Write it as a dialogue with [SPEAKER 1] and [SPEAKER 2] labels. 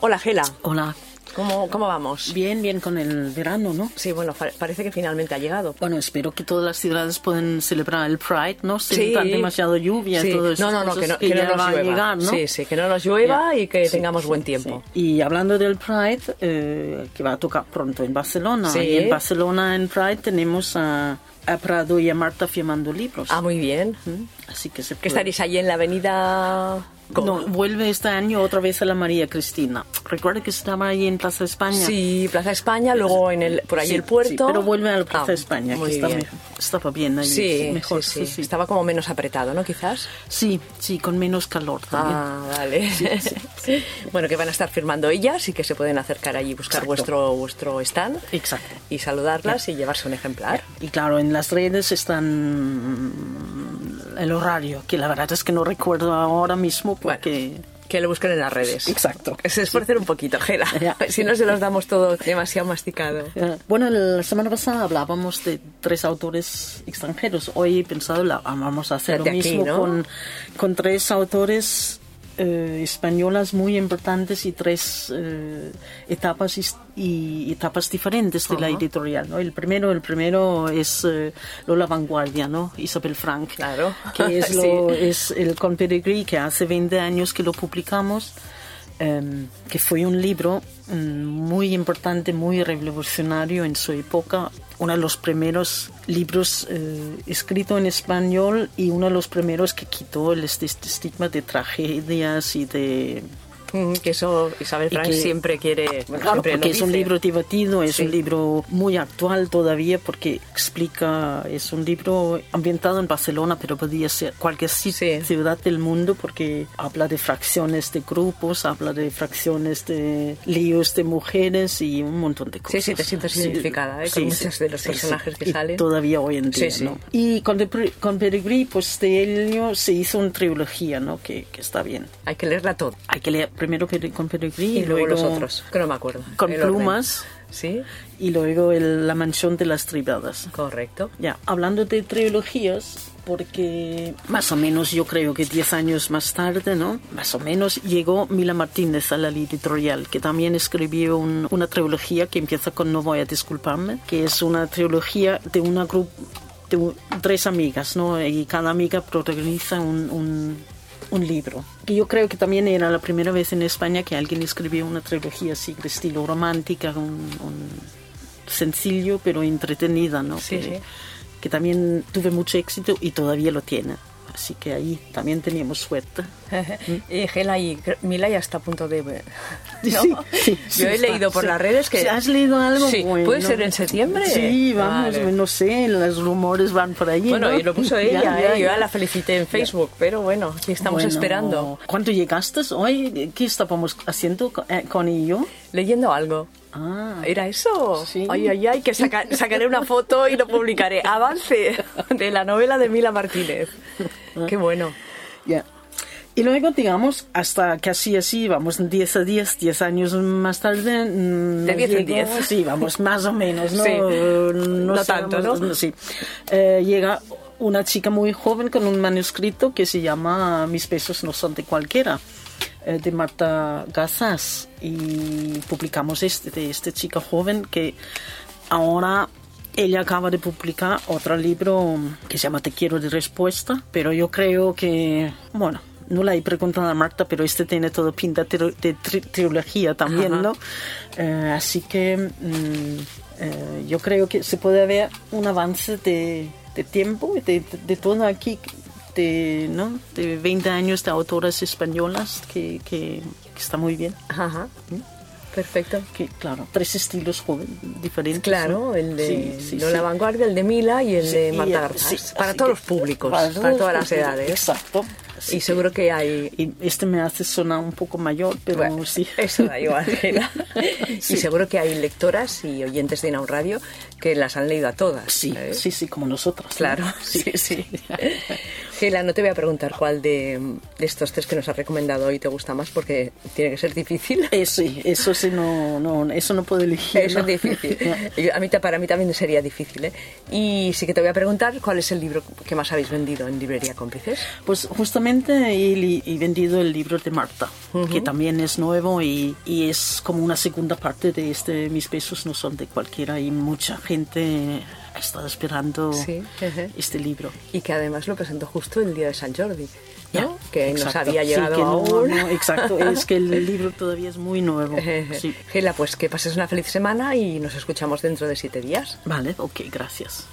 [SPEAKER 1] Hola, Gela.
[SPEAKER 2] Hola.
[SPEAKER 1] ¿Cómo, ¿Cómo vamos?
[SPEAKER 2] Bien, bien con el verano, ¿no?
[SPEAKER 1] Sí, bueno, pa- parece que finalmente ha llegado.
[SPEAKER 2] Bueno, espero que todas las ciudades pueden celebrar el Pride, ¿no? Sin
[SPEAKER 1] Sí.
[SPEAKER 2] tan demasiado lluvia,
[SPEAKER 1] Sí.
[SPEAKER 2] todo eso.
[SPEAKER 1] No, no, no, que no, que no
[SPEAKER 2] ya
[SPEAKER 1] nos
[SPEAKER 2] va a
[SPEAKER 1] llueva.
[SPEAKER 2] llegar, ¿no?
[SPEAKER 1] Sí, sí, que no nos llueva
[SPEAKER 2] Ya.
[SPEAKER 1] y que
[SPEAKER 2] Sí,
[SPEAKER 1] tengamos
[SPEAKER 2] sí,
[SPEAKER 1] buen tiempo.
[SPEAKER 2] sí. Y hablando del Pride, eh, que va a tocar pronto en Barcelona.
[SPEAKER 1] Sí.
[SPEAKER 2] Y en Barcelona, en Pride, tenemos a, a Prado y a Marta firmando libros. Mm.
[SPEAKER 1] Ah, muy bien.
[SPEAKER 2] Así que se
[SPEAKER 1] ¿Que
[SPEAKER 2] puede.
[SPEAKER 1] estaréis ahí en la avenida... Coc?
[SPEAKER 2] No, vuelve este año otra vez a la María Cristina. Recuerda que estaba ahí en Plaza España.
[SPEAKER 1] Sí, Plaza España, luego en el, por ahí
[SPEAKER 2] Sí,
[SPEAKER 1] el puerto.
[SPEAKER 2] sí, pero vuelve a la Plaza
[SPEAKER 1] Ah,
[SPEAKER 2] España,
[SPEAKER 1] muy
[SPEAKER 2] que está
[SPEAKER 1] bien.
[SPEAKER 2] mejor- estaba bien allí,
[SPEAKER 1] Sí,
[SPEAKER 2] mejor.
[SPEAKER 1] sí, sí. Estaba como menos apretado, ¿no? Quizás.
[SPEAKER 2] Sí, sí, con menos calor también.
[SPEAKER 1] Ah, vale. bueno, que van a estar firmando ellas y que se pueden acercar allí, buscar
[SPEAKER 2] Exacto.
[SPEAKER 1] vuestro vuestro stand
[SPEAKER 2] Exacto.
[SPEAKER 1] y saludarlas y llevarse un ejemplar.
[SPEAKER 2] Y claro, en las redes están mm, el horario, que la verdad es que no recuerdo ahora mismo
[SPEAKER 1] Bueno,
[SPEAKER 2] porque...
[SPEAKER 1] que lo busquen en las redes.
[SPEAKER 2] Exacto.
[SPEAKER 1] Que Se esfuercen un poquito, Gela.
[SPEAKER 2] Ya.
[SPEAKER 1] Si no, se los damos todo demasiado masticado.
[SPEAKER 2] Eh, Bueno, la semana pasada hablábamos de tres autores extranjeros. Hoy he pensado, la, ah, vamos a hacer
[SPEAKER 1] De
[SPEAKER 2] lo
[SPEAKER 1] aquí,
[SPEAKER 2] mismo
[SPEAKER 1] ¿no?
[SPEAKER 2] con, con tres autores eh, españolas muy importantes y tres eh, etapas his- y, etapas diferentes de la editorial. ¿no? El primero, el primero es eh, Lola Vanguardia, ¿no? Isabel Frank,
[SPEAKER 1] Claro.
[SPEAKER 2] que es,
[SPEAKER 1] Sí.
[SPEAKER 2] lo, es el Con Peregrí, que hace 20 años que lo publicamos, em, que fue un libro mm, muy importante, muy revolucionario en su época, uno de los primeros libros eh, escrito en español y uno de los primeros que quitó el est- este estigma de tragedias y de...
[SPEAKER 1] Mm, Que eso Isabel
[SPEAKER 2] Y
[SPEAKER 1] Frank
[SPEAKER 2] que-
[SPEAKER 1] siempre quiere. bueno,
[SPEAKER 2] Claro,
[SPEAKER 1] siempre
[SPEAKER 2] porque
[SPEAKER 1] lo
[SPEAKER 2] es un
[SPEAKER 1] dice.
[SPEAKER 2] libro divertido, es
[SPEAKER 1] Sí.
[SPEAKER 2] un libro muy actual todavía porque explica, es un libro ambientado en Barcelona, pero podía ser cualquier ci-
[SPEAKER 1] Sí.
[SPEAKER 2] ciudad del mundo porque habla de fracciones de grupos, habla de fracciones de líos de mujeres y un montón de cosas.
[SPEAKER 1] sí, te sientes identificada, ¿eh? con muchos de los personajes que
[SPEAKER 2] Y
[SPEAKER 1] salen.
[SPEAKER 2] Todavía hoy en día,
[SPEAKER 1] Sí, sí.
[SPEAKER 2] ¿no? Y con, de Pri- con Peregrí, pues de ello se hizo una trilogía, ¿no? Que, que está bien.
[SPEAKER 1] Hay que leerla toda.
[SPEAKER 2] Hay que leer primero Pere- con Peregrí
[SPEAKER 1] Y, luego los otros, que no me acuerdo.
[SPEAKER 2] Con
[SPEAKER 1] el orden.
[SPEAKER 2] plumas.
[SPEAKER 1] Sí,
[SPEAKER 2] y luego el- la mansión de las tribadas.
[SPEAKER 1] correcto.
[SPEAKER 2] Ya, hablando de trilogías, porque más o menos yo creo que 10 años más tarde, ¿no? Más o menos llegó Mila Martínez a la editorial, que también escribió un- una trilogía que empieza con No voy a disculparme, que es una trilogía de una grupo de u- tres amigas, ¿no? Y cada amiga protagoniza un- un, un libro. Que yo creo que también era la primera vez en España que alguien escribió una trilogía así de estilo romántica, un, un sencillo pero entretenida, ¿no?
[SPEAKER 1] Sí,
[SPEAKER 2] que,
[SPEAKER 1] sí.
[SPEAKER 2] que también tuve mucho éxito y todavía lo tiene. Así que ahí también teníamos suerte.
[SPEAKER 1] Y Gela y cre- Mila ya está a punto de. ¿no?
[SPEAKER 2] Sí, sí, sí,
[SPEAKER 1] Yo he
[SPEAKER 2] está,
[SPEAKER 1] leído por
[SPEAKER 2] sí.
[SPEAKER 1] las redes que.
[SPEAKER 2] Sí, ¿Has leído algo?
[SPEAKER 1] Sí,
[SPEAKER 2] Bueno.
[SPEAKER 1] puede ser en septiembre.
[SPEAKER 2] Sí, vamos,
[SPEAKER 1] Vale.
[SPEAKER 2] no sé, los rumores van por allí.
[SPEAKER 1] Bueno,
[SPEAKER 2] ¿no?
[SPEAKER 1] y lo puso
[SPEAKER 2] Ya,
[SPEAKER 1] ella,
[SPEAKER 2] ya,
[SPEAKER 1] ¿eh? yo
[SPEAKER 2] ya.
[SPEAKER 1] ya la felicité en Facebook, pero bueno, aquí estamos
[SPEAKER 2] Bueno,
[SPEAKER 1] esperando.
[SPEAKER 2] ¿Cuánto llegaste hoy? ¿Qué estábamos haciendo con- eh, con y yo?
[SPEAKER 1] Leyendo algo.
[SPEAKER 2] Ah.
[SPEAKER 1] ¿Era eso?
[SPEAKER 2] Sí.
[SPEAKER 1] Ay, ay, ay, que saca- sacaré una foto y lo publicaré. Avance de la novela de Mila Martínez. Qué bueno.
[SPEAKER 2] Ya. Y luego, digamos, hasta casi así, vamos 10 a 10, 10 años más tarde. mm,
[SPEAKER 1] De 10 en
[SPEAKER 2] llegó-
[SPEAKER 1] 10.
[SPEAKER 2] Sí, vamos, más o menos, ¿no?
[SPEAKER 1] Sí.
[SPEAKER 2] Eh,
[SPEAKER 1] No tanto,
[SPEAKER 2] sabemos-
[SPEAKER 1] ¿no?
[SPEAKER 2] Sí. Eh, llega una chica muy joven con un manuscrito que se llama Mis besos no son de cualquiera, eh, de Marta Gazas. Y publicamos este, de esta chica joven que ahora ella acaba de publicar otro libro que se llama Te quiero de respuesta, pero yo creo que, bueno, no la he preguntado a Marta, pero este tiene todo pinta de, de tri- trilogía también,
[SPEAKER 1] Ajá.
[SPEAKER 2] ¿no? Eh, así que mm, eh, yo creo que se puede ver un avance de, de tiempo, de, de, de todo aquí, de, ¿no? de 20 años de autoras españolas, que, que- que está muy bien.
[SPEAKER 1] Ajá. Perfecto.
[SPEAKER 2] Que, claro, tres estilos joven, diferentes. ¿no?
[SPEAKER 1] Claro, el de
[SPEAKER 2] Sí, sí,
[SPEAKER 1] Lola
[SPEAKER 2] sí.
[SPEAKER 1] Vanguardia, el de Mila y el
[SPEAKER 2] Sí,
[SPEAKER 1] de
[SPEAKER 2] y,
[SPEAKER 1] Marta
[SPEAKER 2] eh,
[SPEAKER 1] Garzás.
[SPEAKER 2] sí,
[SPEAKER 1] para
[SPEAKER 2] así
[SPEAKER 1] todos
[SPEAKER 2] que-
[SPEAKER 1] los públicos,
[SPEAKER 2] para
[SPEAKER 1] para,
[SPEAKER 2] todos
[SPEAKER 1] todas
[SPEAKER 2] los
[SPEAKER 1] las
[SPEAKER 2] públicos,
[SPEAKER 1] edades.
[SPEAKER 2] Exacto.
[SPEAKER 1] Y seguro que hay
[SPEAKER 2] Y este me hace sonar un poco mayor, pero
[SPEAKER 1] Bueno,
[SPEAKER 2] sí.
[SPEAKER 1] Eso da igual. Gela.
[SPEAKER 2] Sí.
[SPEAKER 1] Y seguro que hay lectoras y oyentes de Inaun Radio que las han leído a todas.
[SPEAKER 2] Sí,
[SPEAKER 1] ¿eh?
[SPEAKER 2] sí, sí, como nosotras. ¿no?
[SPEAKER 1] Claro, sí, sí. Gela, no te voy a preguntar cuál de, de estos tres que nos has recomendado hoy te gusta más porque tiene que ser difícil.
[SPEAKER 2] Eh, sí, eso sí, no, no, eso no puedo elegir.
[SPEAKER 1] Eso es
[SPEAKER 2] ¿no?
[SPEAKER 1] difícil.
[SPEAKER 2] Ya.
[SPEAKER 1] Y A mí, ta- para mí también sería difícil. ¿eh? Y sí que te voy a preguntar cuál es el libro que más habéis vendido en Librería Cómplices.
[SPEAKER 2] Pues recientemente y, li- y vendido el libro de Marta, que también es nuevo y, y es como una segunda parte de este Mis besos no son de cualquiera y mucha gente ha estado esperando
[SPEAKER 1] Sí, ajá.
[SPEAKER 2] este libro.
[SPEAKER 1] Y que además lo presentó justo el día de San Jordi, ¿no?
[SPEAKER 2] Ya,
[SPEAKER 1] que nos
[SPEAKER 2] exacto.
[SPEAKER 1] había
[SPEAKER 2] Sí,
[SPEAKER 1] llegado
[SPEAKER 2] que no,
[SPEAKER 1] aún.
[SPEAKER 2] no, exacto, es que el libro todavía es muy nuevo. Sí.
[SPEAKER 1] Gela, pues que pases una feliz semana y nos escuchamos dentro de siete días.
[SPEAKER 2] Vale, ok, gracias.